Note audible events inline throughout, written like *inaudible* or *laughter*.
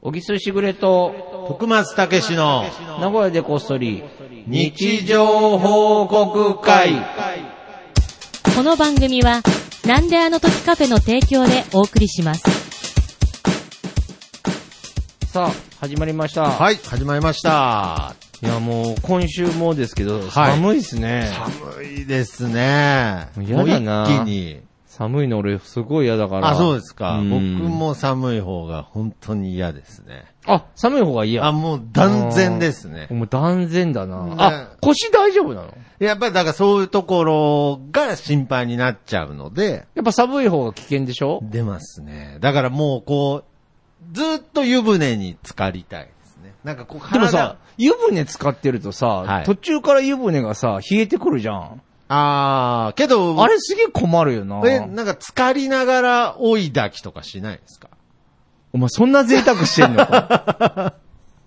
小木すしぐれと、徳松たけしの名古屋でこっそり、日常報告会。この番組は、なんであの時カフェの提供でお送りします。さあ、始まりました。はい、始まりました。いや、もう、今週もですけど、はい寒いですね。寒いですね。もう嫌だなもう一気に。寒いの俺、すごい嫌だから。あ、そうですか。うん僕。も寒い方が本当に嫌ですね。あ、寒い方がいいあ、や。もう断然ですね。もう断然だねな。あ、腰大丈夫なのやっぱりだからそういうところが心配になっちゃうので、やっぱ寒い方が危険でしょ出ますね。だからもうこう、ずっと湯船に浸かりたいですね。なんかこうで体もさ、、湯船使ってるとさ、はい途中から湯船がさ、冷えてくるじゃん。あー、けど、あれすげえ困るよな。え、なんか浸かりながら追い抱きとかしないですかお前そんな贅沢してんのか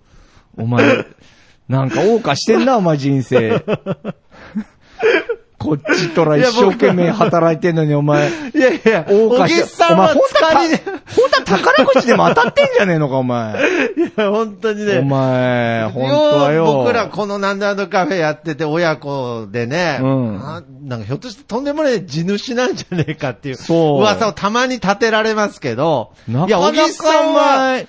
*laughs* お前、なんか謳歌してんな、お前人 *laughs* 生。こっちとらい一や生懸命働いてんのにお前、いやいや謳歌小して木さんおは前ほんとた疲れて、ほんとは宝くじでも当たってんじゃねえのか、お前。いや、本当にね。お前、ほんとはよ。う僕らこのなんだあのカフェやってて、親子でね、うんあなんかひょっとしてとんでもない地主なんじゃねえかっていうそう噂をたまに立てられますけど、ないや、か小な木さかおんは、前、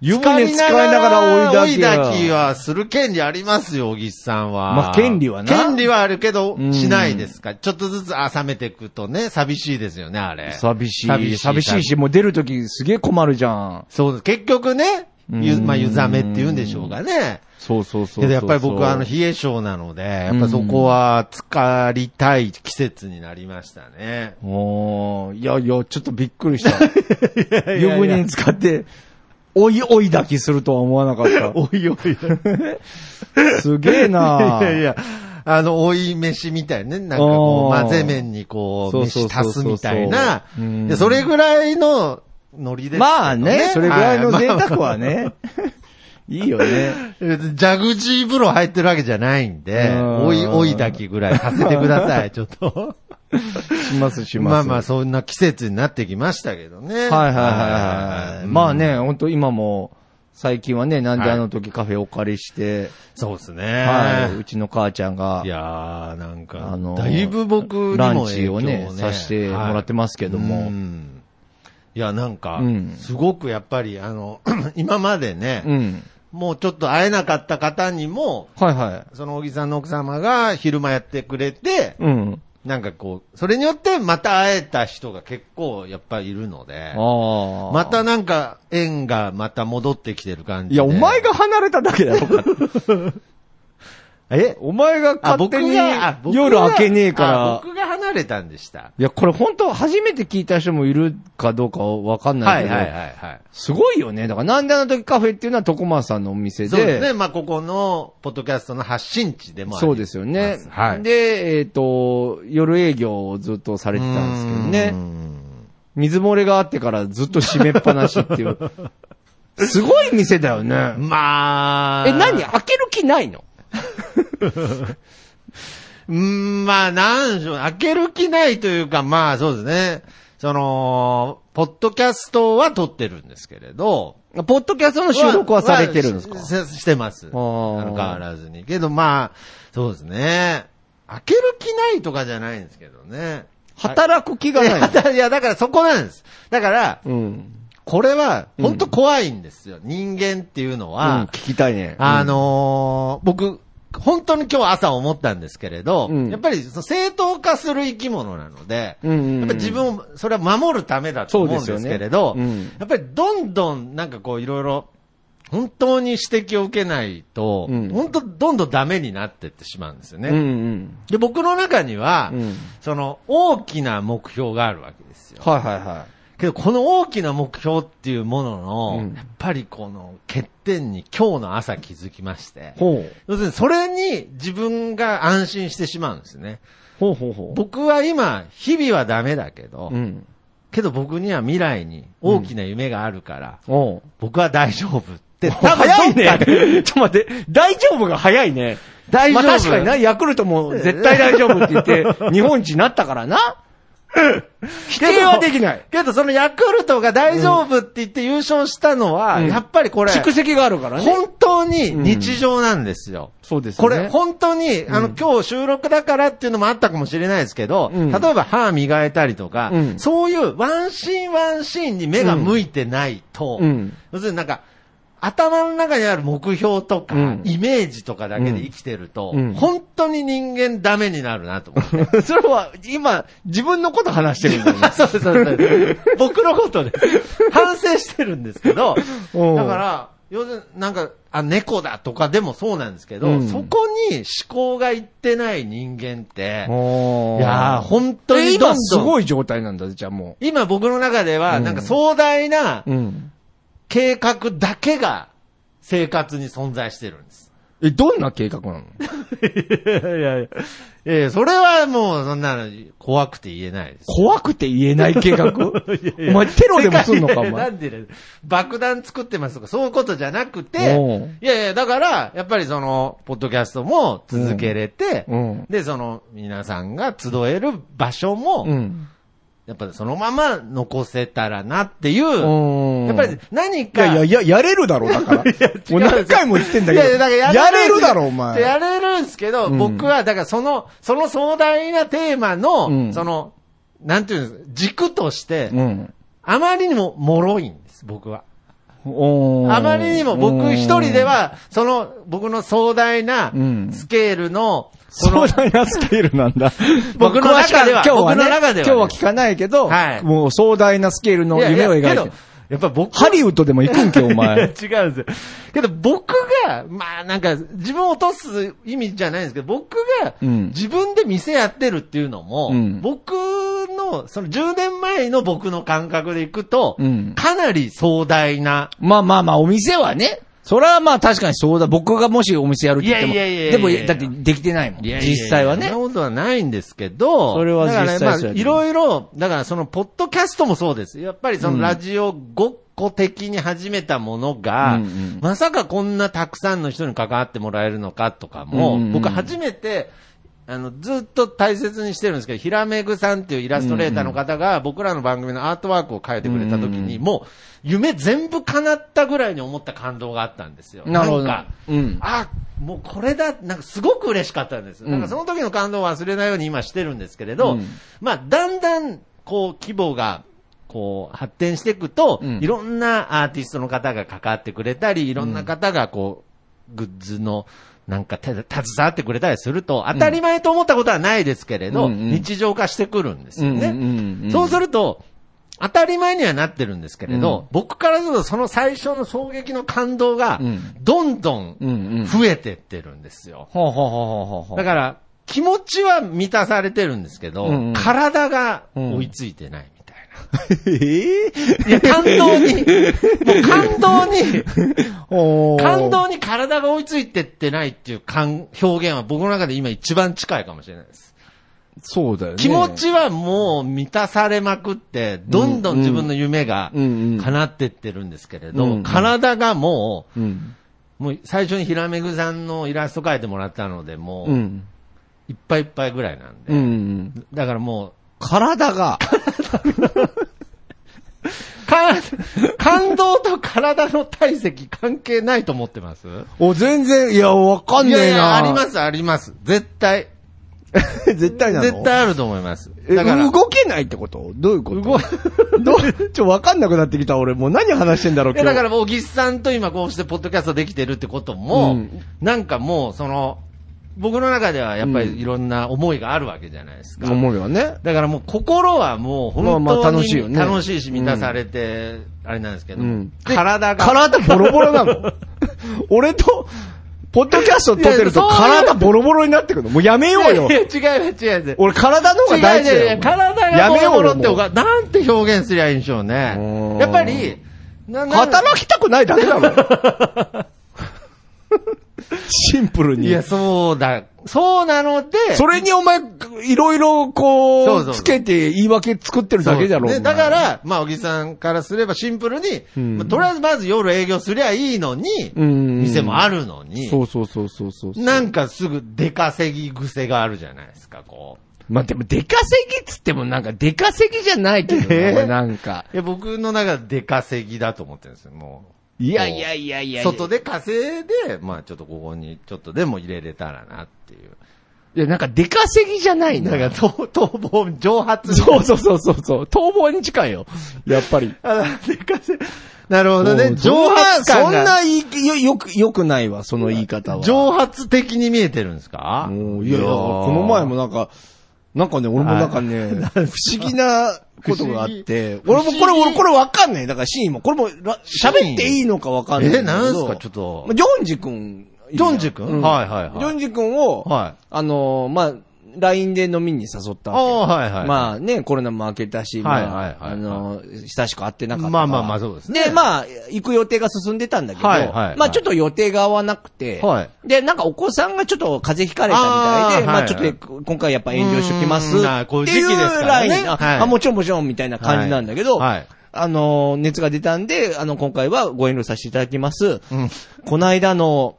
湯船使いながら追追いい抱抱ききは。はする権利ありますよ、小木さんは。まあ権利はな権利はあるけどう、んしないですか。ちょっとずつ浅めていくとね、寂しいですよね、あれ。寂し寂しい。い寂しいし、もう出るときすげえ困るじゃん。そうです。結局ね、ゆうんまあ、湯ざめって言うんでしょうかね。そうそうそうそうそけう。どやっぱり僕はあの、冷え性なので、やっぱそこは浸かりたい季節になりました *laughs* ね。おー、いやいや、ちょっとびっくりし *laughs* た。湯船に使って、おいおい抱きするとは思わなかっ *laughs* おいおい。た。すげえ *laughs* いなやいや、あの、追い飯みたいなね、なんかこう、あー混ぜ麺にこう、そうそう飯そうそう足すみたいなうん、でそれぐらいのノリですけどまあね、それぐらいの贅はいまあ沢はね、 *laughs* いいよね。別にジャグジー風呂入ってるわけじゃないんで、うんおいおいだきぐらいさせてくだ *laughs* さい、ちょっと。しますしままあす。まあ、そんな季節になってきましたけどね。はいはいはいはい。まあね。ね、ほんと今も、最近はね、なんであの時カフェお借りして、そうですね。はい、うちの母ちゃんがい、やー、なんか、あのだいぶ僕にもラ影響ンチをね、させてもらってますけけども、いや、なんかうん、すごくやっぱり、あの、 *clears throat* 今までね、うん。もうちょっと会えなかった方にも、はいはい。その小木さんの奥様が昼間やってくれて、うん。なんかこう、それによってまた会えた人が結構やっぱいるので、ああ。またなんか縁がまた戻ってきてる感じで。いや、お前が離れただけだ *laughs* ろ。えお前があ、勝僕手にが、あ僕が夜開けねえかあら。僕が離れたんでした。いや、これ本当初めて聞いた人もいるかどうかわかんないけど、はいはい。すごいよね。だから、なんであの時カフェっていうのは徳間さんのお店そうですでね。、まあ、ここの、ポッドキャストの発信地でもありそうですよね。はい。で、えっ、と、夜営業をずっとされてたんですけどうね。ん水漏れがあってからずっと閉めっぱなしって *laughs* いう。すごい店だよね。まあ、え、何開ける気ないのうん、まあ、なんでしょう。開ける気ないというか、まあ、そうですね。その、ポッドキャストは撮ってるんですけれど、ポッドキャストの収録はされてるんですかははししてます。ー変わらずに。けど、まあ、そうですね。開ける気ないとかじゃないんですけどね。働く気いがないの。や、いやだからそこなんです。だから、うん。これは、本当怖いんですよ。人間っていうのうん、は聞、きたいね。あのー僕、本当に今日朝思ったんですけれど、うんやっぱりその正当化する生き物なので、うんうんうんやっぱ自分を、それは守るためだと思うんですけれど、そうですよねうんやっぱりどんどんなんかこういろいろ、本当に指摘を受けないと、うん本当どんどんダメになってってしまうんですよね。うんうん。で、僕の中には、うんその大きな目標があるわけですよ。はいはいはけど、この大きな目標っていうものの、うんやっぱりこの欠点に今日の朝気づきましてい。、ほう。要するにそれに自分が安心してしまうんですね。ほうほうほう。僕は今、日々はダメだけど、うん。けど僕には未来に大きな夢があるから、おう。僕は大丈夫って、多分 *laughs* 早いどっかでね。ちょっと待って、大丈夫が早いね。大丈夫 *laughs* まあ確かにな、ヤクルトも絶対大丈夫って言って、日本一になったからな。否定はできない。けど、そのヤクルトが大丈夫って言って優勝したのは、うんやっぱりこれ、蓄積があるからね。本当に日常なんですよ。そうですこよね。れ、本当に、あの、今日収録だからっていうのもあったかもしれないですけど、うん例えば歯磨いたりとか、うんそういうワンシーンワンシーンに目が向いてないと、うん要するになんか、頭の中にある目標とか、うんイメージとかだけで生きてると、うん本当に人間ダメになるなと思っ *laughs* て。それは、今、自分のこと話してるんだよね *laughs* そうそうそう。僕のことで、反省してるんですけど、だうんから、要するになんか、あ、猫だとかでもそうなんですけど、うんそこに思考がいってない人間って、 *laughs* おいやー、本当えにどん今すどん、ごい状態なんだ、じゃあも今僕の中では、うんなんか壮大なう。うん。計画だけが生活に存在してるんです。え、どんな計画なの *laughs* いやいやいや。えそれはもう、そんなの怖くて言えないです。怖くて言えない計 *laughs* 画お前テロでもすんのか、お世界な前。んでね爆弾作ってますとか、そういうことじゃなくおてう、いやいや、だから、やっぱりその、ポッドキャストも続けれて、うんで、その、皆さんが集える場所も、うん。やっぱりそのまま残せたらなっていう、うん。やっぱり何いか、やいや、や、やれるだろ、だ *laughs* から。もう何回も言ってんだけど。いやいや、だからやれるだろ、お前。やれるんですけど、うん僕は、だからその、その壮大なテーマの、うんその、なんていうんですか、軸として、うん。あまりにも脆いんです、僕は。おーあまりにも僕一人で、は、その、僕の壮大なうんスケールの、この。壮、大なスケールなんだ *laughs* 僕の中でまあ今は日はね、僕の中ではね今日は聞かないけど、はいもう壮大なスケールのい夢やを描いやけいてどる。、やっぱ僕ハリウッドでも行くんけ、お *laughs* 前。いや違うんですよ。けど僕が、まあなんか、自分を落とす意味じゃないんですけど、僕がうん自分で店やってるっていうのも、うん僕の、その10年前の僕の感覚でいくと、うんかなり壮大な、まあまあまあ、お店はね、それはまあ確かにそうだ。僕がもしお店やるって言っても。いやいやいやいやでも、だってできてないもん。いやいやいや実際はねそん。なことはないんですけど、それは実際だからねそうまあ、やけいどろいろ、だからその、ポッドキャストもそうです。やっぱりその、ラジオごっこ的に始めたものが、うんうんまさかこんなたくさんの人に関わってもらえるのかとかも、うんうん僕初めて、あの、ずっと大切にしてるんですけど、ひらめぐさんっていうイラストレーターの方が、僕らの番組のアートワークを変えてくれた時に、もう、夢全部叶ったぐらいに思った感動があったんですよ。なるほどんかうんあ、もうこれだ、なんかすごく嬉しかったんです。なんかその時の感動を忘れないように今してるんですけれうど、んまあ、だんだん、こう、規模が、こう、発展していくと、うんいろんなアーティストの方が関わってくれたり、いろんな方が、こう、グッズの、なんか手、携わってくれたりすると、当たり前と思ったことはないですけれど、うんうん日常化してくるんですよね。うんうんうんそうすると、当たり前にはなってるんですけれど、僕からするとその最初の衝撃の感動がうん、どんどうんんうん。増えてってるんですよ。ほうほうほうほうほうだから、気持ちは満たされてるんですけど、うんうん体が追いついてないみたい *laughs* えな。いや、感動 *laughs* に、もう感動に、おー *laughs* 感動に体が追いついてってないっていう感表現は僕の中で今一番近いかもしれないです。そうだよね。気持ちはもう満たされまくって、どんどん自分の夢がうんうん叶ってってるんですけれど、うんうん体がもうん。う、もう最初にひらめぐさんのイラスト描いてもらったので、もうう、ん。いっぱいいっぱいぐらいなんで、うんうん。だからもう、体 *laughs* が、か、 *laughs* 感動と体の体積関係ないと思ってますお、全然、いや、わかんいねえな。やいや、あります、あります。絶対。す。 *laughs* 絶対なの絶対あると思います。えだから、動けないってことどういうこと動い *laughs* どうちょ、わかんなくなってきた、俺。もう何話してんだろう、いや今だか日。ら、小木さんと今こうしてポッドキャストできてるってことも、うんなんかもう、その、僕の中ではやっぱりいろんな思いがあるわけじゃないですか。思うよね。だからもう心はもう本当にまあまあ楽しいよね楽しいし満たされて、あれなんですけど、うん体が。体ボロボロなの *laughs* 俺と、ポッドキャスト撮ってるいとやそういう体ボロボロになってくの。もうやめようよい。や *laughs* 違う違う違う。俺体の方が大事違うだ違う違よう。体がやめようボロボロっておもか、なんて表現すりゃいいんでしょうねう。んやっぱり、なうな働きたくないだけだ *laughs* ろ。シンプルいにや、。そうだ。そうなので、それにお前、いろいろそうこそうう、そうつけて言い訳作ってるだけだろ。そうおで前だか、ら、まあ、小木さんからすればシンプルに、うんまあとりあえずまず夜営業すりゃいいのに、うん店もあるのに、そうそうそうそうそうそう。なんかすぐ出稼ぎ癖があるじゃないですか、こう。まあでも、出稼ぎっつってもなんか、出稼ぎじゃないけどえね、ー俺なんか。いや、僕の中で出稼ぎだと思ってるんですよ、もう。いやいやいやいやいや。外で稼いで、まあちょっとここにちょっとでも入れれたらなっていう。いや、なんか出稼ぎじゃないな。なんか、 *laughs* 逃亡、蒸 *laughs* 発そうそうそうそうそう。逃亡に近いよ。やっぱり。あ出稼ぎなるほどね。蒸発そ感んな、そんが、な言いよ、よく、よくないわ、その言い方は。蒸発的に見えてるんですかもういやいや、この前もなんか、なんかね、俺もなんかね、不思議なことがあって、不俺思議もこれ、俺これわかんない。だからシーンも、これもら喋っていいのかわかんないだえ、けど。なんすかちょっとまあ。ジョンジ君いるジじゃん。ョンジ君、うんはいはいジョはい。ンジ君を、はいあのー、まあ、LINE で飲みに誘ったあわけよあ、はいはい。まあね、コロナも明けたし、はいまあはいはいはいあの、親しく会ってなかったまから。あまあまあそうですねで、まあ、行く予定が進んでたんだけど、はいはいはいまあちょっと予定が合わなくて、はいで、なんかお子さんがちょっと風邪ひかれたみたいで、あーまはあいちょっと今回やっぱ遠慮しときます。うっーんあーこういうて時期いうですからラねイン、あはいあ、もちろんもちろんみたいな感じなんだけど、はいはいあの、熱が出たんで、あの、今回はご遠慮さ *laughs* せていただきます。この間の、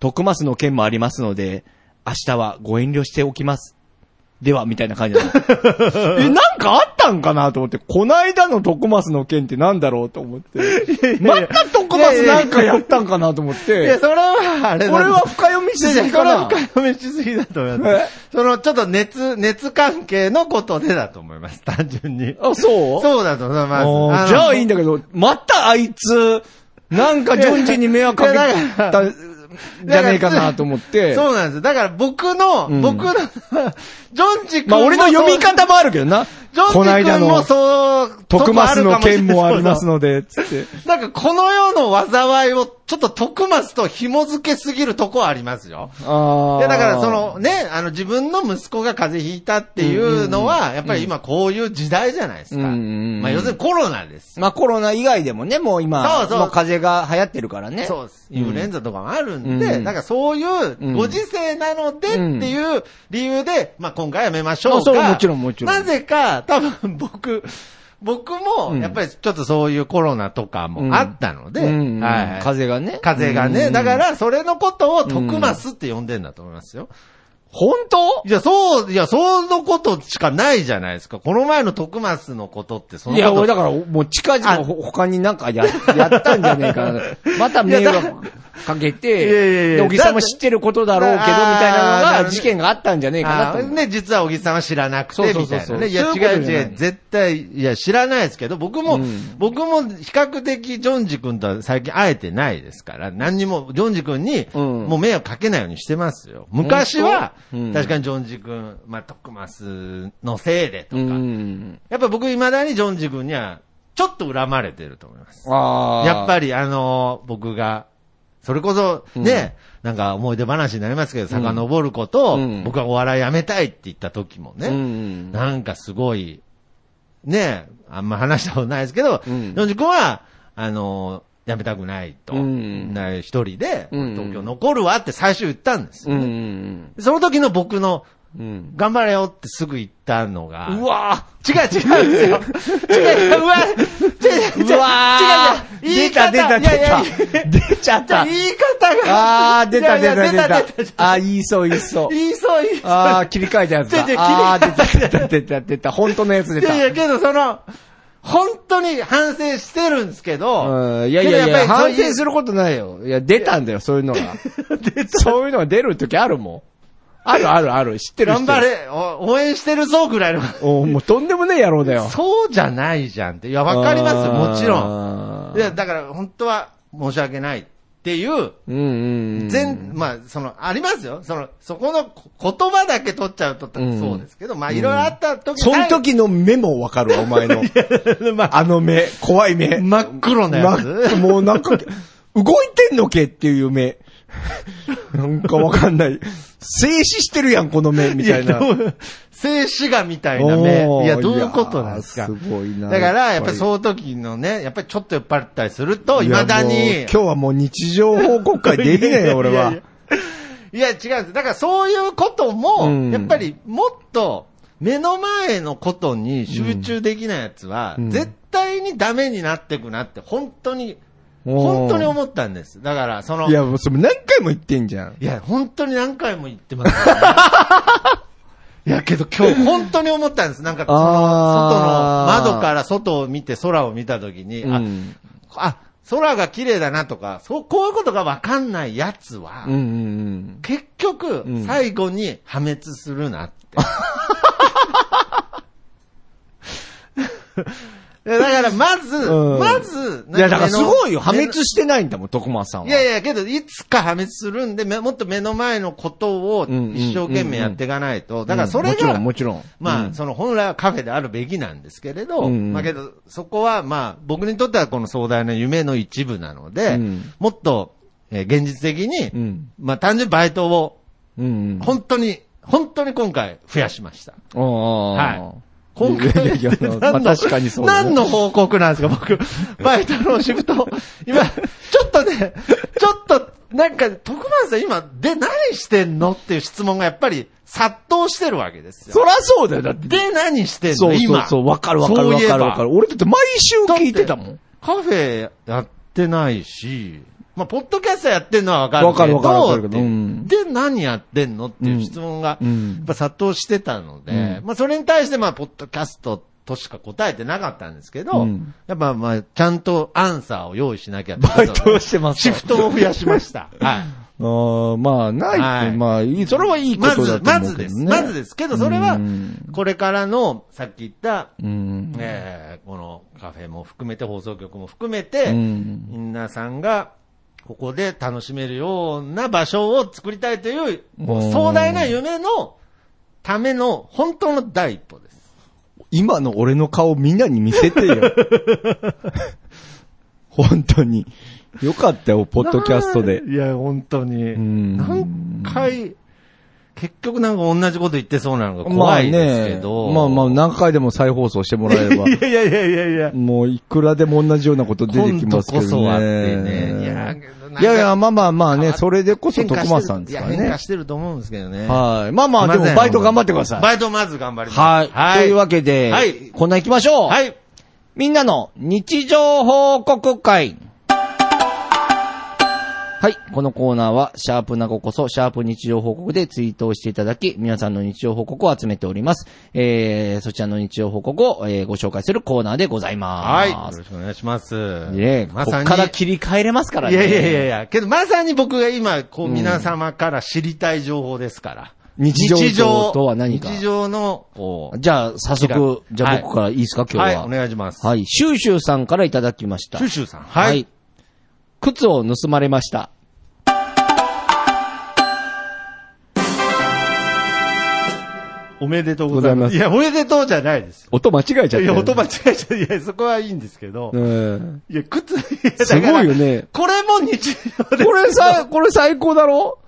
徳マスの件もありますので、明日はご遠慮しておきます。では、みたいな感じなの。 *laughs* え、なんかあったんかなと思って、こないだの徳マスの件ってなんだろうと思って。また徳マスなんかやったんかなと思っいや、て。それは、あれだ俺は深読みしすぎかこれはな深。読みしすぎだと思います。その、ちょっと熱、熱関係のことでだと思 *laughs* います、単純に。あ、そうそうだと思います。おーのじゃあいいんだけど、またあいつ、なんかジョンジに迷惑かけいやいやだた、じゃねえかなと思って。そうなんです。だから僕の、ん僕の、 *laughs* ジョンジ君まあも俺の読み方もあるけどな。ジョンジこないだ君ものそう、徳マスの件もありますの。ので、つって。なんかこの世の災いを、ちょっと徳マスと紐付けすぎるとこはありますよ。あいやだからそ、のね、あの自分の息子が風邪ひいたっていうのは、やっぱり今こういう時代じゃないですうか。んうんうんまあ要するにコロナです。まあコロナ以外でもね、もうそ今う、そうもう風邪が流行ってるからね。そうです。インフルエンザとかもあるんうんで、うんなんかそういうご時世なのでっていう理由で、まあ今回やめましょうあそうか。もちろんもちろんなぜか、多分僕、 *laughs* 僕も、やっぱりちょっとそういうコロナとかもあったので、うんうんうんはいはい風がね風がうんうね。んだから、それのことを徳マスって呼んでんだと思いますよ。本当いや、そう、いや、そのことしかないじゃないですか。この前の徳松のことって、そのいや、こと俺だから、もう近々あほ他になんかや、やったんじゃねえかな。また迷惑かけて、いやいやいやで、小木さんも知ってることだろうけど、みたいあーななるのほが、どね事件があったんじゃねえかなあとー思う。ね、実は小木さんは知らなくて、そうそうみそたういそうなね。いや、そう違いうことうじゃない違う、絶対、いや、知らないですけど、僕も、うん僕も比較的、ジョンジ君とは最近会えてないですから、何にも、ジョンジ君に、うんもう迷惑かけないようにしてますよ。昔は、本当うん確かにジョンジ君、まあ、徳松のせいでとか、うん。やっぱ僕、未だにジョンジ君には、ちょっと恨まれてると思います。ああ。やっぱ *laughs* り、あのー僕が、それこそね、なんか思い出話になりますけど、遡ることを、うん僕はお笑いやめたいって言った時もね、うんなんかすごい、ね、あんま話したことないですけど、うんのんじ君は、あのーやめたくないと、うんな一人で、うん東京残るわって最初言ったんですうよんうね、んその時の僕の、うん。うん。頑張れよってすぐ言ったのが、うわ違う違うんですよ。違う違う、うわ、違う違う違う違ううわー違う違出うた出たいやいやいや出た。出ちゃっじゃたあ。言い方が。あー、出たいや出いやた出た出た出た。あー、言いそう言いそう。言いそう言いそう。あー、切り替えたやつだ。違う違うあー、切り替出た出た出た出た。本当のやつ出いたや。いや、けどその、本当に反省してるんですけど、うんいやいやいけどや、っぱ反りそうい省うすることないよ。いや、出たんだよ、そういうのが。そういうのが出る時あるもん。あるあるある、知ってる。頑張知ってる。れ、お応援してるぞぐらいの。おもうとんでもねえ野郎だよ。そうじゃないじゃんって。いや、わかりますよ、もちろろん。いや、だから本当は申し訳ないっていう、うんうんうん。全、まあ、その、ありますよ。その、そこの言葉だけ取っちゃうと、んそうですけど、まあ、いろいろあった時そなのい時の目もわかるわ、お前の。あの目、怖い目。真っ黒なやつな。もうなんか、動いてんのけっていう目。なんかわかんない。静止してるやん、この目、みたいな。や。でも静止画みたいなお目。ーいや、どういうことなんですか。いやーすごいなだから、ややっっぱぱりりその時のね、やっぱりちょっと酔っ払ったりすると、い未やだもうに。今日はもう日常報告会でき *laughs* ねえよ、俺は。いや、違うんです。だからそういうことも、うんやっぱりもっと目の前のことに集中できないやつは、うん絶対にダメになってくなって、本当に、おー本当に思ったんです。だから、その、いいや、や、もうそれ何回も言ってんじゃん。 *laughs* 本当に何回も言ってます、いやけど今日本当に思ったんです。なんか、その外のあー窓から外を見て空を見たときに、うあん。あ、空が綺麗だなとか、そう、こういうことがわかんないやつは、うんうん結局う、ん最後に破滅する *laughs* なって。いやだから、まず、うんまず、うん。いや、だからすごいよ。破目の滅してないんだもん、徳間さんは。いやいや、けど、いつか破滅するんで、めもっと目の前のことをうん一生懸命やっていかないと、だからそれもちろが、ん、もちろん。まあ、うんその本来はカフェであるべきなんですけれど、うんうんまあけど、そこはまあ、僕にとってはこの壮大な夢の一部なので、うんもっと、えー現実的に、うん。まあ単純にバイトを、うんうん。本当に、本当に今回増やしました。は。はい今回いやいやいや何のまあ確かにそうだね何の報告なんですか、僕。バイトのシフト。今、ちょっとね、ちょっと、なんか、徳丸さん今、で、何してんのっていう質問がやっぱり殺到してるわけですよ。そらそうだよ、だって。で、何してんのそうそう今。そう、わかるわかるわかるわかる。俺だって毎週聞いてたもん。カフェやってないし、まあ、ポッドキャストやってんのはわかるけど、わかるわかるわかるけどってうんで、何やってんのっていう質問が、うやんっぱ殺到してたので、うんまあ、それに対して、まあ、ポッドキャストとしか答えてなかったんですけど、うんやっぱ、まあ、ちゃんとアンサーを用意しなきゃってバイことトでをしてますシかフトを増やしました。 *laughs* はい。あーまあ、ないって、はいまあいい、それはいいこまとだず、とま思うずけでどす。ね。まずですけど、それはうん、これからの、さっき言った、うん。えーこのカフェも含めて、放送局も含めて、うん皆さんがここで楽しめるような場所を作りたいという、もう壮大な夢のための本当の第一歩です。今の俺の顔みんなに見せて *laughs* よ。本当に。よかったよ、ポッドキャストで。いや、本当に。ん何回、結局なんか同じこと言ってそうなのがま怖あいですけね、ど。まあまあ何回でも再放送してもらえれ *laughs* ば、いやいやいやいや。もういくらでも同じようなこと出てきますけどね。今度こそはってねいやけどなんかいやいや、まあまあまあ変ね、わっそれでこそ変化徳して間るさんですからいや、変ね化。してると思うんですけどね。はい。まあまあ、でもバイト頑張ってください。バイトまず頑張ります。はい。というわけで、はいこんな行きましょう。はい。みんなの日常報告会。はい。このコーナーは、シャープなごこそ、シャープ日常報告でツイートをしていただき、皆さんの日常報告を集めております。えー、そちらの日常報告を、えーご紹介するコーナーでございはい。まよす。ろしくお願いしまねす。え、まこさっに。から切り替えれますからいね。やいやいやいや、けどまさに僕が今、こう皆様から知りたい情報ですから。日常とは何か日常の、こう。じゃあ、早速、じゃあ僕からいいですか、今はい、日は。お願いします。はい。シューシューさんからいただきましたシュ。シュさん。はい。。靴を盗まれました。おめでとうございます。いごや、おめでとうじゃないです。音間違えちゃいや、音間違えちゃう。いや、そこはいいんですけど。うん。いや、靴、いやすごいよ。ねだからこれも日常でこれさ、これ最高だろ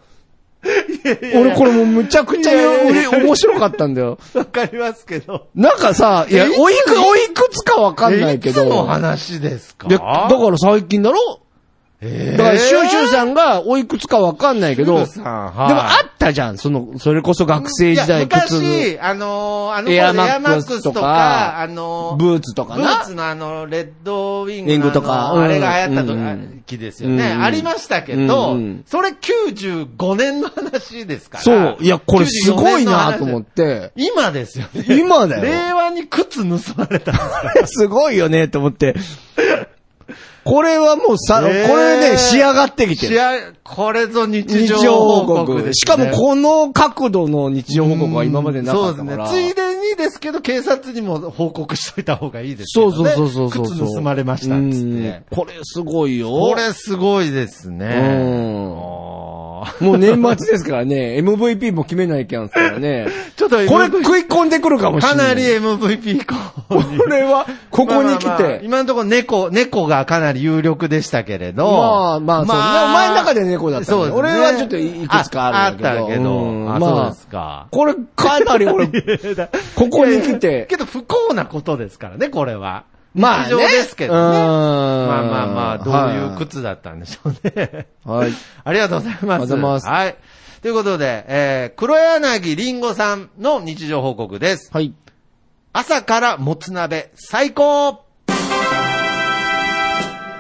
俺これもうむちゃくちゃうれ面白かったんだよ。わかりますけど。なんかさ、いや、えいつおいく、おいくつかわかんないけど。えいつの話ですかでだから最近だろえだーから、シューシューさんがおいくつかわかんないけど、シでュもウさんはいあったじゃん、その、それこそ学生時いや代、靴、昔、あのー、あのエエアアママッッククススととかか、あのブーツとかブーなツ。のあの、レッドウィンウィングのあグのとかうんあれが流行ったう時、ん期ですよね、うんありましたけど、うんうんそれ95年の話ですから。そう。いや、これすごいな94と思っ年の話。て。今ですよね。今だよ令和に靴盗まれた。すごいよね、と思って。これはもうさ、こえーれね、仕上がってきてる試。合、これぞ日日常常報報告です、告ね。しかもこの角度の日常報告は今までなかったから。そうですね。ついでにですけど、警察にも報告しといた方がいいですけど、ね。そうそうそうそうそうそう。靴盗まれましたっつっうんて。これすごいよ。これすごいですね。うんあーもう年末ですから *laughs* ね、MVP も決めないきゃんすからね。ちょっと MVP これ食い込んでくるかもしかれな。ないり MVP 候補に *laughs* これは、ここに来て。まあまあまあ今のところ猫、猫がかなり有力でしたけれど。まあまあそうお前の中で猫だったんだそうよですね俺はちょっといくつかあるんだけどああったけど。うんあ、まあそうですか。これかなり *laughs* 俺、ここに来て。けど不幸なことですからね、これは。まあ、ね、日常ですけどね。うーんまあまあまあ、どういう靴だったんでしょうね。はい。はい。ありがとうございまあす。りがとうございますはい。ということで、えー、黒柳りんごさんの日常報告です。はい。朝からもつ鍋、最高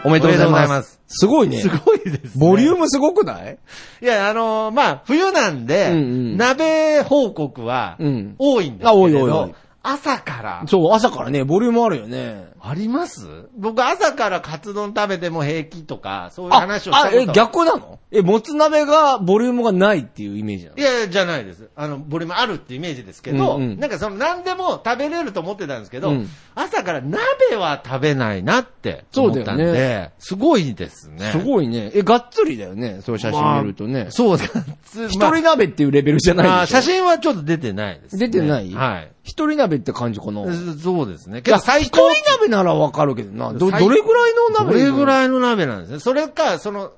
おめでとうございおめでとうござまいす。ますすごいねす。ごいです、ね。ボリュームすごくないいや、あのーまあ、冬なんで、うんうん鍋報告はうん、多いんですけれど、あ多い多い多い朝から、そう、朝からね、ボリュームあるよね。あります僕朝からカツ丼食べても平気とか、そういうあ話をしたあ、ことはえ、逆なのえ、もつ鍋がボリュームがないっていうイメージないのやいや、じゃないです。あの、ボリュームあるってイメージですけど、うんうんなんかその何でも食べれると思ってたんですけど、うん朝から鍋は食べないなって思ったんで、そうだよすごいですね。すごいね。え、がっつりだよね。そういう写真見るとね。そうだ。一人鍋っていうレベルじゃまあなあいーでしょ写。真はちょっと出てないです、ね。出てないはい。一人鍋って感じかな。そうですね。けど最高一人鍋ならわかるけどな。ど、ど最れぐらいのど鍋れぐいらいの鍋なんですね。それか、その、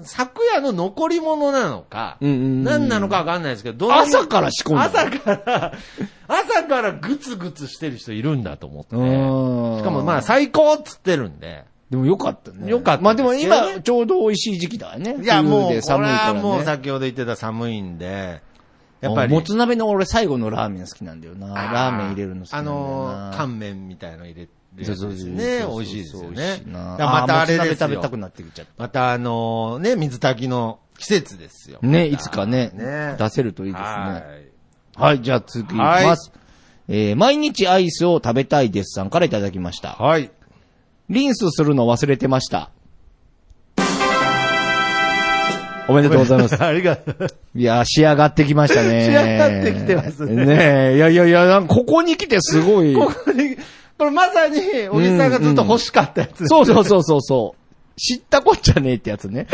昨夜の残り物なのか、うんうんうん何なのかわかんないですけど、どんな朝から仕込んだ。朝から、 *laughs* 朝からグツグツしてる人いるんだと思って。うーん。しかもまあ、最高っつってるんで。でもよかったね。よかったまあでもですよ今、ねちょうど美味しい時期だよね。いやもう、こ冬れで寒いかはらね。もう先ほど言ってた寒いんで、ややっっぱぱり。り。もつ鍋の俺最後のラーメン好きなんだよな。ラーメン入れるの好きあなんだよな。のー、乾麺みたいの入れるやそうそつうですそうね。そうそう美味しいですよ美味ねし。いだなからまたあれでもつすよ鍋食べたくなってきちゃっまたあのー、ね、水炊きの季節ですよ。た。ね、いつかね、ね出せるといいですね。ははいい、じゃあ次いきます。えー、毎日アイスを食べたいですさんからいただきました。はい。リンスするの忘れてました。おめでとうございます。 *laughs* ありがとう。 *laughs* いや、仕上がってきました *laughs* ね。仕上がってきてますねねえ、いやいやいや、なんかここに来てすごい。ここに、これまさに、おじさんがずっと欲しかったやつ。そうそうそうそうそう。知ったこっちゃねえってやつ *laughs* ね。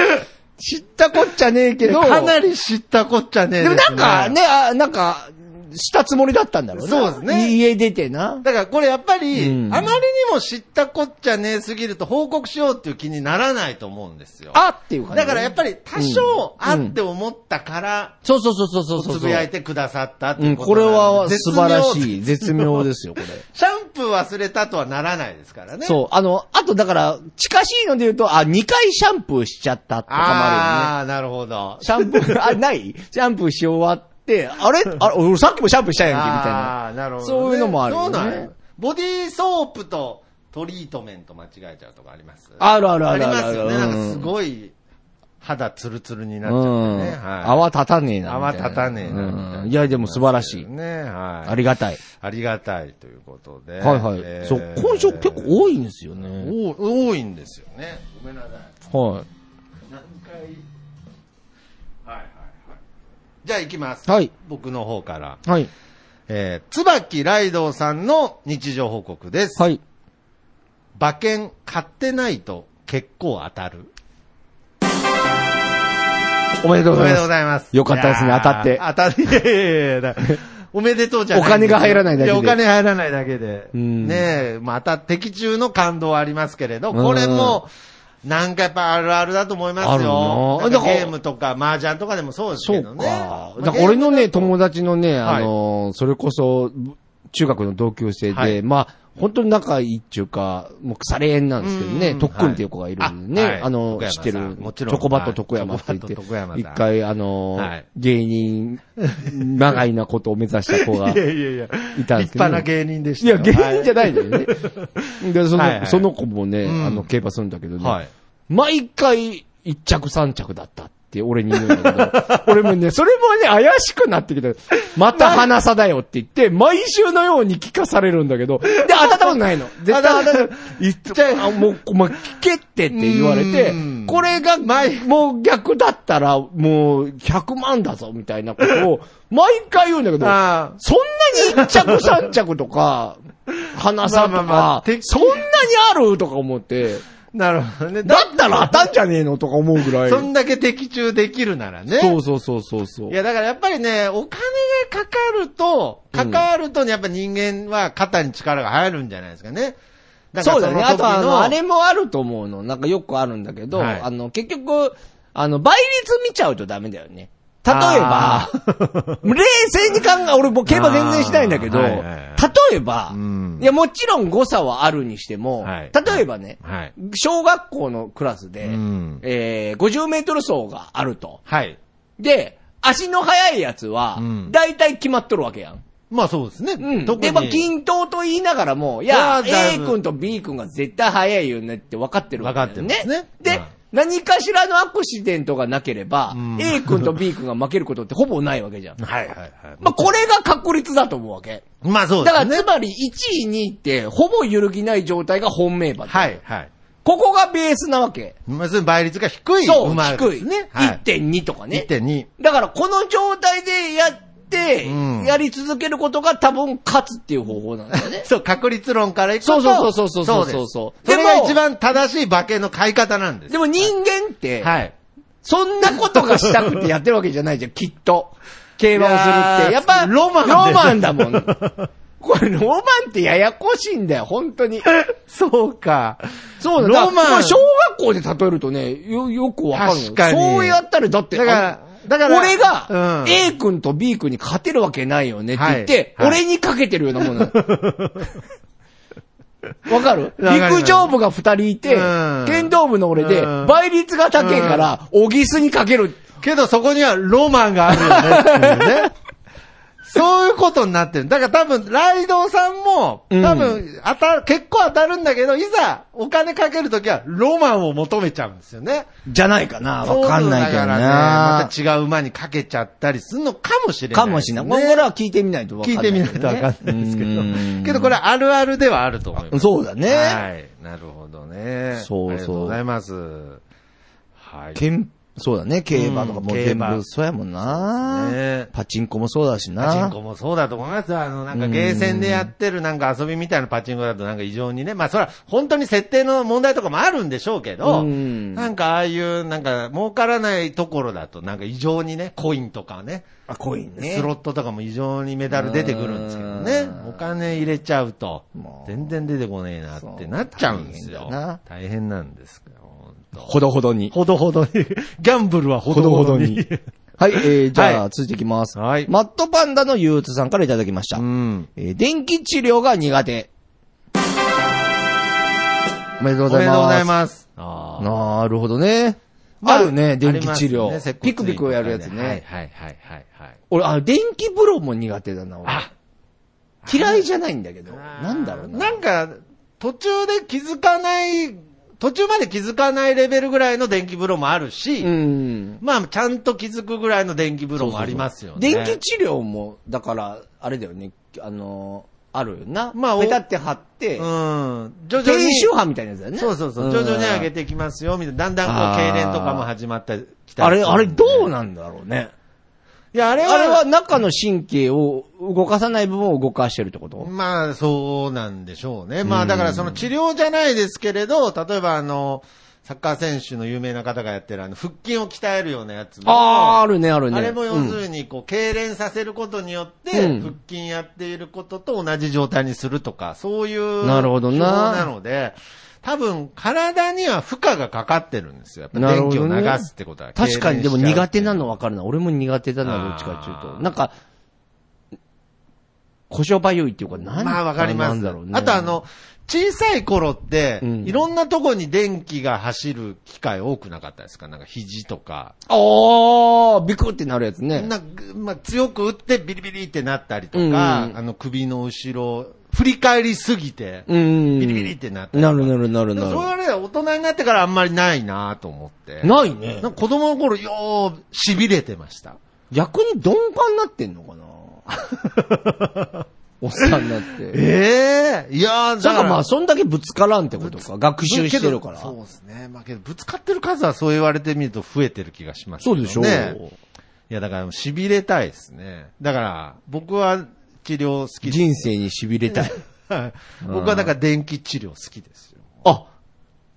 知ったこっちゃねえけど。かなり知ったこっちゃねえでもすなんかね、あ、なんか、したつもりだったんだろうな。そうですね家出てな。だからこれやっぱり、うんあまりにも知ったこっちゃねえすぎると報告しようっていう気にならないと思うんですよ。あっていう感じ。だからやっぱり多少あって思ったから、そうそうそうそうそうそう。つぶやいてくださったってう、いうんこことれなんはで素晴らしい。絶絶妙ですよ、これ。妙 *laughs* シャンプー忘れたとはならないですからね。う。そう。あの、あとだから、近しいので言うと、あ、2回シャンプーしちゃったとかもあるよね。ああ、なるほど。シャンプー、あ、ないシャンプーし終わって、あれあれ、俺さっきもシャンプーしたやんけ、みたいな。ああー、なるほど、そういうのもあるよねそうなんよボディーソープとトリートメント間違えちゃうとかありますあるあるあありるあるますある。よね。なんかうんすごい肌ツルツルになっちゃう。うんね。はい。泡立たねえな。み泡いな立たねえなみたいなうんいや、でも素晴らしい。ね、はい。ありがたい。ありがたいということで。はいはい。えーそう、今週結構多いんですよね。多い多いんですよね。ごめんなさい。は何回。はいはいはい。じゃあ行きます。い。はい。僕の方から。はい。えー、椿ライドウさんの日常報告です。はい。馬券買ってないと結構当たる。おめでとうおござめいでまとうごす。ざいます。よかったですねいやー当たって当たっていやいやいやだ。おめでとうじゃないお金が入らないだけでや、お金入らないだけで。うんねえ、まあ当たって的中の感動はありますけれど、これも、なんかやっぱあるあるだと思いますよ。あるなあなんかだからゲームとか麻雀とかでもそうですそけうか。どね。まあだから俺のね、友達のね、あのー、それこそ、中学の同級生はで、いまあ、本当に仲いいっていうか、もう腐れ縁なんですけどうんうね、ん特訓っていう子がいるんではいね、ああのは、い知ってる、徳山さんチもちろんョコバット徳山って言はいチョコバットっ徳て、一山さん回あのはーい、芸人、長いなことを目指した子が *laughs* いやいやいや、いたんですけ立ど派ねな芸人でしいたよ。や、芸人じゃない。ないのよね。で、そはいはの、いその子もね、んあの、競馬するんだけどはねい。毎回、一着三着だったって、俺に言うんだけ *laughs* ど、俺もね、それもね、怪しくなってきた。また花さだよって言って、毎週のように聞かされるんだけど、で、当たったこと *laughs* ないの。絶対当たったことない。いっちゃあ、もう、お前、聞けってって言われてうん、これが、もう逆だったら、もう、100万だぞ、みたいなことを、毎回言うんだけど、ああ。そんなに一着三着 *laughs* とか、花さとか、まあまあまあてそんなにあるとか思って、なるほどね。だったら当たんじゃねえのとか思うぐらい。そんだけ的中できるならね。そうそうそうそうそう。いや、だからやっぱりね、お金がかかると、かかるとね、やっぱ人間は肩に力が入るんじゃないですかね。だからそうだね。そのあ時とのあの、あれもあると思うの。なんかよくあるんだけど、はいあの、結局、あの、倍率見ちゃうとダメだよね。例えばあ、ー *laughs* *laughs* 冷静に考え、俺もう競馬全然しないんだけど、あーはいはいはい例えば、うんいや、もちろん誤差はあるにしても、はい例えばね、はい。小学校のクラスで、うんえー、50メートル走があると。はい。で、足の速いやつはう、ん大体決まっとるわけやん。まあそうですね。うん。特に。で、まあ、均等と言いながらも、いや、いやだい A ぶ君と B 君が絶対早いよねって分かってるわけだよ分かってますねで、はい何かしらのアクシデントがなければ、うん A 君と B 君が負けることってほぼないわけじゃん。はいはいはい。まあ、これが確率だと思うわけ。まあそうでだかすら、ね。つまり1位、2位って、ほぼ揺るぎない状態が本命馬だ。はいはい。ここがベースなわけ。まあ、その倍率が低いそう、馬低でい。すね。はい。 1.2とかね。 1.2。だから、この状態でやって、うん。やり続けることが多分勝つっていう方法なんだよねそう、確率論からいくそと。うそうそうそうそうですそうそうそれがでも一番正しい馬券の買い方なんです。でも人間って、はい。そんなことがしたくてやってるわけじゃないじゃん、きっと。 *laughs* 競馬をするっいやーて。やっぱ、ロマンですロマンだもん。 *laughs* これ、ロマンってややこしいんだよ、本当に。そうか。そうなんだ。ロマンこれ小学校で例えるとね、よ、よくわかるのよ確かにそうやったら、だって、だからあのだから俺がう、ん A 君と B 君に勝てるわけないよねって言って、はいはい俺にかけてるような *laughs* もんなの。わかるわかります陸上部が二人いてうん、剣道部の俺でう、ん倍率が高いから、オギスにかける。けどそこにはロマンがあるよねっていう *laughs* ね。そういうことになってる。だから多分、ライドウさんも、うん多分、当たる、結構当たるんだけど、いざ、お金かけるときは、ロマンを求めちゃうんですよね。じゃないかなわかんないけそどうだからねなまた違う馬にかけちゃったりするのかもしれない。かもしれない。これは聞いてみないとわかん聞いない。てみないとわかんないですけど。けどこれれ、あるあるではあると思います。そうだね。はい。なるほどね。そうそうありがとうございます。はい。けん、そうだね、競馬とかもううん全競馬部、そうやもんな、そうですねパチンコもそうだしな。パチンコもそうだと思いますよ。あの、なんかゲーセンでやってるなんか遊びみたいなパチンコだとなんか異常にね。まあそれは本当に設定の問題とかもあるんでしょうけど、うんなんかああいうなんか儲からないところだとなんか異常にね、コインとかね、あ、コインね。スロットとかも異常にメダル出てくるんですけどねう。んお金入れちゃうとも、う全然出てこねえなってなっちゃうんですそよう大変だな。大変なんですけど、ほんとほどほどに。ほどほどに。 *laughs* ギャンブルはほほどどほほどどに。に。はい、えー、じゃあ、はい続いていきます。はいマットパンダの憂鬱さんからいただきました。うん。えー、電気治療が苦手。おめでとうおござめいでとうございまます。あす。ーなるほどね。まあるね、電気治ありま療。すねピクピクやるやつね。はいはいはいはいはい。俺、あ、電気風呂も苦手だな、俺。あ嫌いじゃないんだけど。なんだろうな。なんか、途中で気づかない、途中まで気づかないレベルぐらいの電気風呂もあるし、うん。まあ、ちゃんと気づくぐらいの電気風呂もありますよね。電気治療も、だから、あれだよね、あのー、あるよな。まあおペタって貼って、うん。徐々に低。周波みたいなやつだよね。そうそうそう。徐々に上げて。ていきますよ、みたいな。だんだんこう、あー痙攣とかも始まってきたありれ、するあれどうなんだろうね。いや、ああれれは、は中の神経を動かさない部分を動かしてるってことまあ、そうなんでしょうね。まあ、だからその治療じゃないですけれど、例えばあの、サッカー選手の有名な方がやってるあの、腹筋を鍛えるようなやつも。ああ、あるね、あるね。あれも要すうんるに、こう、痙攣させることによって、うん腹筋やっていることと同じ状態にするとか、そういう。なるほどななので、多分、体には負荷がかかってるんですよ。やっぱなる電ほ気をどね流すってことは。確かに、でも苦手なの。の分かるな。俺も苦手だな、どっちかっていうあと。ーなんか、故障ばゆいっていうか、なんまあ、わかります。なんだろうね。あと、あ、の、小さい頃って、うんいろんなとこに電気が走る機会多くなかったですかなんか肘とか。ああ、ビクってなるやつね。なんかまあ、強く打ってビリビリってなったりとうんうんか、あの首の後ろ、振り返りすぎて、うん。ビリビリってなったりとなかるなるなるでもなそれる。はね、大人になってからあんまりないなと思って。ないねなんか子供の頃、よう、痺れてました。逆に鈍感になってんのかな *laughs* おっさんになって。ええいやー、そだうかからまあ、そんだけぶつからんってことか。学習してるから。けどそうですね。まあけど、ぶつかってる数はそう言われてみると増えてる気がしますけそどうね。でしょう。いや、だから、痺れたいですね。だから、僕は治療好きです。人生に痺れたい。はい *laughs* 僕はだから電気治療好きですよ。あ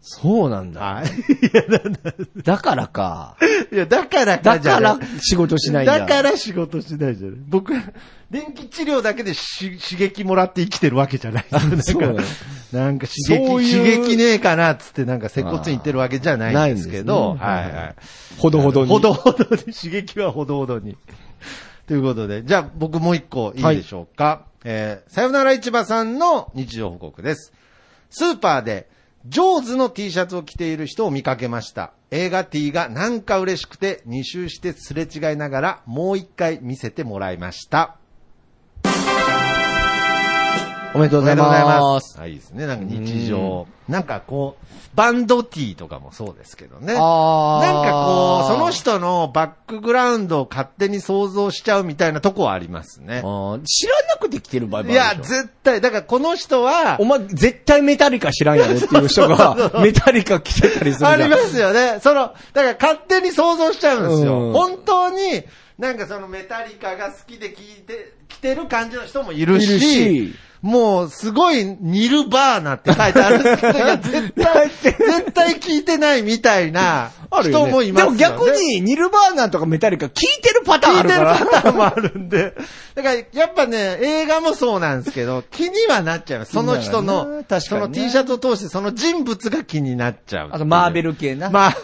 そうなんだ。はい。だからか。いや、だからだじゃかないら仕事しないんだ。だから仕事しないじゃない。僕は、電気治療だけでし刺激もらって生きてるわけじゃない。なんそうなのか、なんか刺激、そういう刺激ねえかなっつってなんか接骨院行ってるわけじゃないんですけど、あーないはんですいねはい。ほどほどに。ほどほどに、刺激はほどほどに。ということで、じゃあ僕もう一個いいでしょうか。えー、さよなら市場さんの日常報告です。スーパーで、ジョーズの T シャツを着ている人を見かけました。映画 T がなんか嬉しくて、2周してすれ違いながら、もう一回見せてもらいました。おめでとうおございめでとうございま。ますす。あ、いいですね。なんか日常。なんかこう、バンドティーとかもそうですけどね。 *laughs* なんあーかこう、その人のバックグラウンドを勝手に想像しちゃうみたいなとこはありますあね。ー知らなくて来てる場合もあいるでしょや、絶対。だからこの人はお、前、絶対メタリカ知らんやろっていう人 *laughs* が、メタリカ来てたりするじゃん。ありますよね。その、だから勝手に想像しちゃうんですよ。うん本当に、なんかそのメタリカが好きで聞いて、来てる感じの人もいるし、いるしもうすごいニルバーナって書いてあるんですけど、いや絶 *laughs* 対、絶対聞いてないみたいなあるよ人ねもいますよね。でも逆に、ニルバーナとかメタリカ聞いてるパターン聞あいるてかるら。パターンもあるんで。だから、やっぱね、映画もそうなんですけど、気にはなっちゃいます。その人気にはのな、るその確かに T ねシャツを通して、その人物が気になっちゃうっていう。あと、マーベル系な。 *laughs* まあ、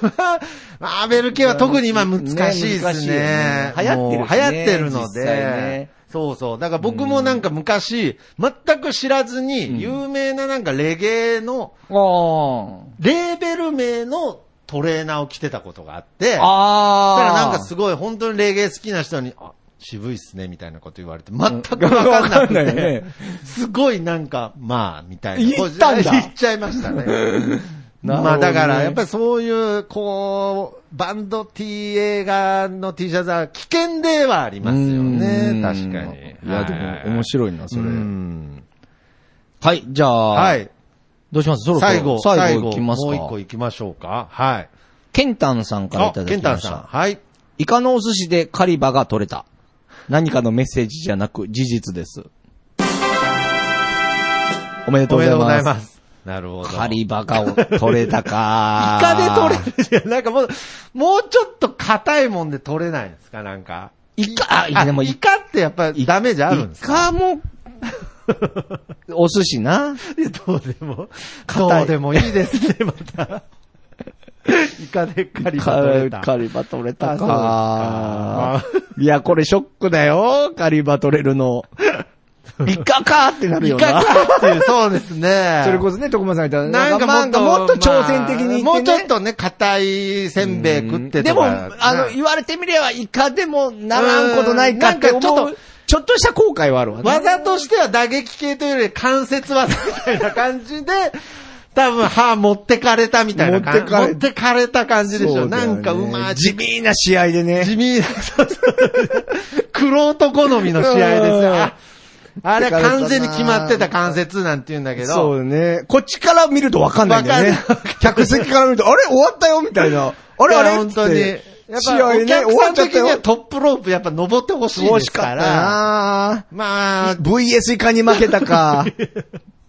マーベル系は特に今難しいでね難すしね。いよね流行ってるしねもう流行ってるので。実際ねそうそう。だから僕もなんか昔、全く知らずに、有名ななんかレゲエの、あレーベル名のトレーナーを着てたことがあって、そあしたらー。なんかすごい本当にレゲエ好きな人に、あ、渋いっすね、みたいなこと言われて、全くわかんなくわかんないよてね、すごいなんか、まあ、みたいな。言ったんだ言っちゃい *laughs* ましたね。なるほどねまあだから、やっぱりそういう、こう、バンド T 映画の T シャツは危険ではありますようね。ん確かに。いや、でも、面い。白いな、それう。んはい、じゃあ、はい。どうしますそろそろ最後、最後いきもまうす一個か。行きましょうか。はい。ケンタンさんからいあた、だケンきタまンしさん。た。はい。イカのお寿司でカリバが取れた。何かのメッセージじゃなく事実です。おめでとおうめございでとうございま。ますす。なるほど。カリバが取れたか。イカで取れる。いや、なんかもう、もうちょっと硬いもんで取れないんですか、なんか。イカ、ああ、でもイイカってやっぱりダメージあるんですカかも、お寿司な。いやどうでも、硬いどうでもいいですね、ま *laughs* た。イカでカリバ取れた。カリバ取れたあかそうです。いや、これショックだよ。カリバ取れるの。 *laughs* イカかってなるよイカな。か *laughs* っていう、そうですね。それこそね、徳間さんが言ったら、ななんんかかもなっんと、かもっと挑戦的まあにも言っうてちねょっとね、硬いせんべい食ってでとも、か。あの、ね言われてみれば、イカでもならんことないかってう思んなんかちょっう。ちょっとした後悔はあるわね。技としては打撃系というより関節技みたいな感じで、 *laughs* 多分歯持ってかれたみたいな感じ。持ってかれ持ってかれた感じでしょ。そうだなよねんかうまい地味な試合でね。地味 *laughs* な、そうそう黒人好みの試合ですうんよ。ああれは完全に決まってた関節なんて言うんだけそうど、だね。こっちから見るとわかんないんだよわねかんない。客席から見ると、あれ終わったよみたいな。あれだあかられ本当に。やっぱ試ぱ、合おね、終客わさっんちゃっ的たにはよ。トップロープやっぱ登ってほしい惜でしすかっかたら、なまあ、 VS イカに負けた *laughs* か。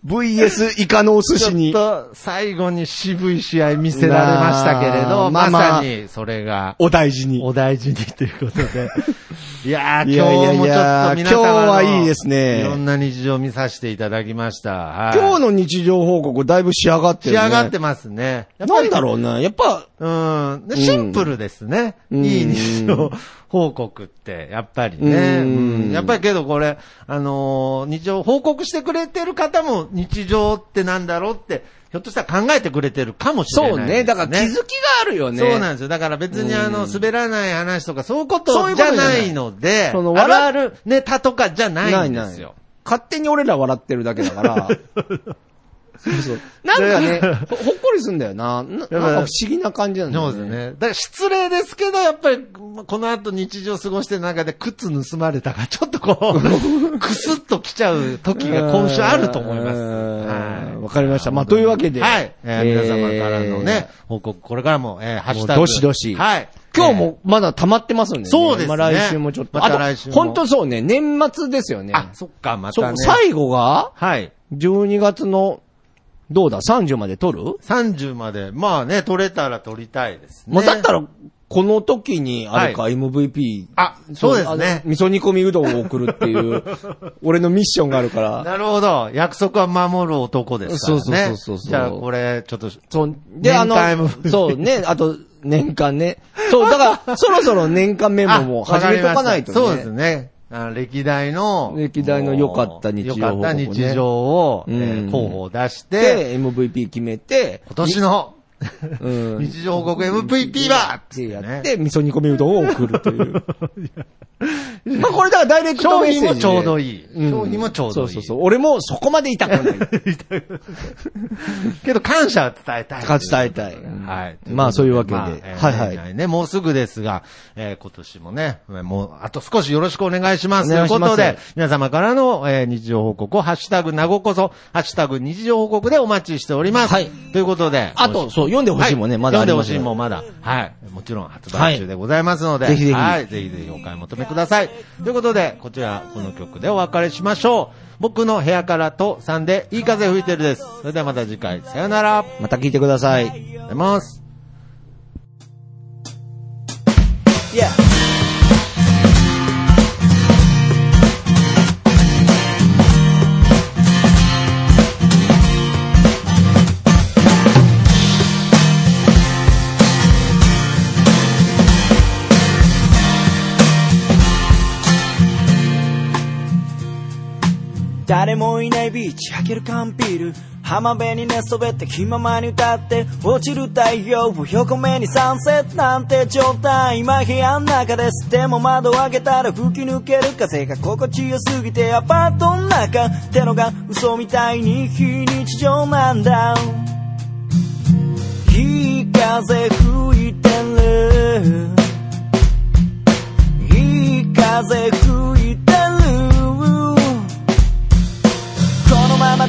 VS イカのお寿ちょ司っに。と最後に渋い試合見せられましたけれど、ままあまあさにそれが、お大事に。お大事にということで。 *laughs* いやー、いやい今や日もいちょっやと皆様の今日はいいですねいろんな日常を見させていただきました。はい、今日のの日常報告だいぶ仕上がって仕るね。上がってますね。やっぱなりんだろうな。やっぱ、うん。でシンプルですね。うんいい日常報告って、やっぱりね。ううんん。やっぱりけどこれ、あのー日常報告してくれてる方も日常ってなんだろうって、ひょっとしたら考えてくれてるかもしれないそです、うね。だから気づきがあるよね。そうなんですよ。だから別にあの、滑らない話とか、そういうことじそうゃいうことじゃなないいので、そのある笑あるネタとかじゃないんですよ。。勝手に俺ら笑ってるだけだ *laughs* から。そうそう。なんかね、ほほっこりすんだよな。ななんか不思議な感じなんだそようですね。ね。だから失礼ですけど、やっぱり、この後日常過ごしてる中で靴盗まれたか、ちょっとこ *laughs* う、くすっと来ちゃう時が今週あると思います。うーんはいわかりました。まあ、というわけで。はい。えー皆様からのねえー。、報告、これからも、えーハッシュタグ。もうどしどしはい。今日もまだ溜まってますんでね。そうですねまあ来週もちょっと。またあ来と、週も本当そうね、年末ですよえね。ー、あ、そっか、まそたうね。最後が、はい。 12月の、どうだ、30まで撮る30まで、まあね、取れたら取りたいですね。もうだったら、この時に、あれか、は MVP。あそうですねあの味噌煮込みうどんを送るって *laughs* いう、俺のミッションがあるから。なるほど。約束は守る男ですからね。そうそうそうそうそうじゃあ、これ、ちょっと、そう、で、あの年間、MVP そうね、あと、年間ね。そう、だから、そろそろ年間メモもあわ始りめとましかたないとね。そうですね。あの歴代の、歴代の良かった日常良かった日常を、うんえー候補を出して、で、MVP 決めて、今年の、うん。日常報告 MVP はっつでってやっねて、味噌煮込みうどんを送ると *laughs* いう。まあこれだからダイレクト商メッセージ品で。もちょうどいい。うん商品もちょうどいい。そうそうそう。俺もそこまで痛くない。けど感謝は伝えたい。伝えたい。はい。まあそういうわけで。まあはいえーはい。年内ね、もうすぐですが、えー今年もね、えーもうあと少しよろしくお願いします。おとい願ういしこますとで、皆様からの、えー日常報告を、ハッシュタグ、なごこそ、ハッシュタグ、日常報告でお待ちしております。はいということで。あと、そう、読んでほしいもんね、はいまだあり読んでほますしいよもんまだ。はい。もちろん発売中でございますので。はいぜひぜひはい。ぜひぜひお買い求めください。ということで、こちら、この曲でお別れしましょう。僕の部屋からとさんでいい風吹いてるです。それではまた次回、さよなら。ありがとまた聞いてください。うございます。誰もいないビーチ開ける缶ビール浜辺に寝そべって気ままに歌って落ちる太陽を横目にサンセットなんて状態今部屋の中ですでも窓を開けたら吹き抜ける風が心地よすぎてアパートの中ってのが嘘みたいに非日常なんだいい風吹いてるいい風吹いてるこのまま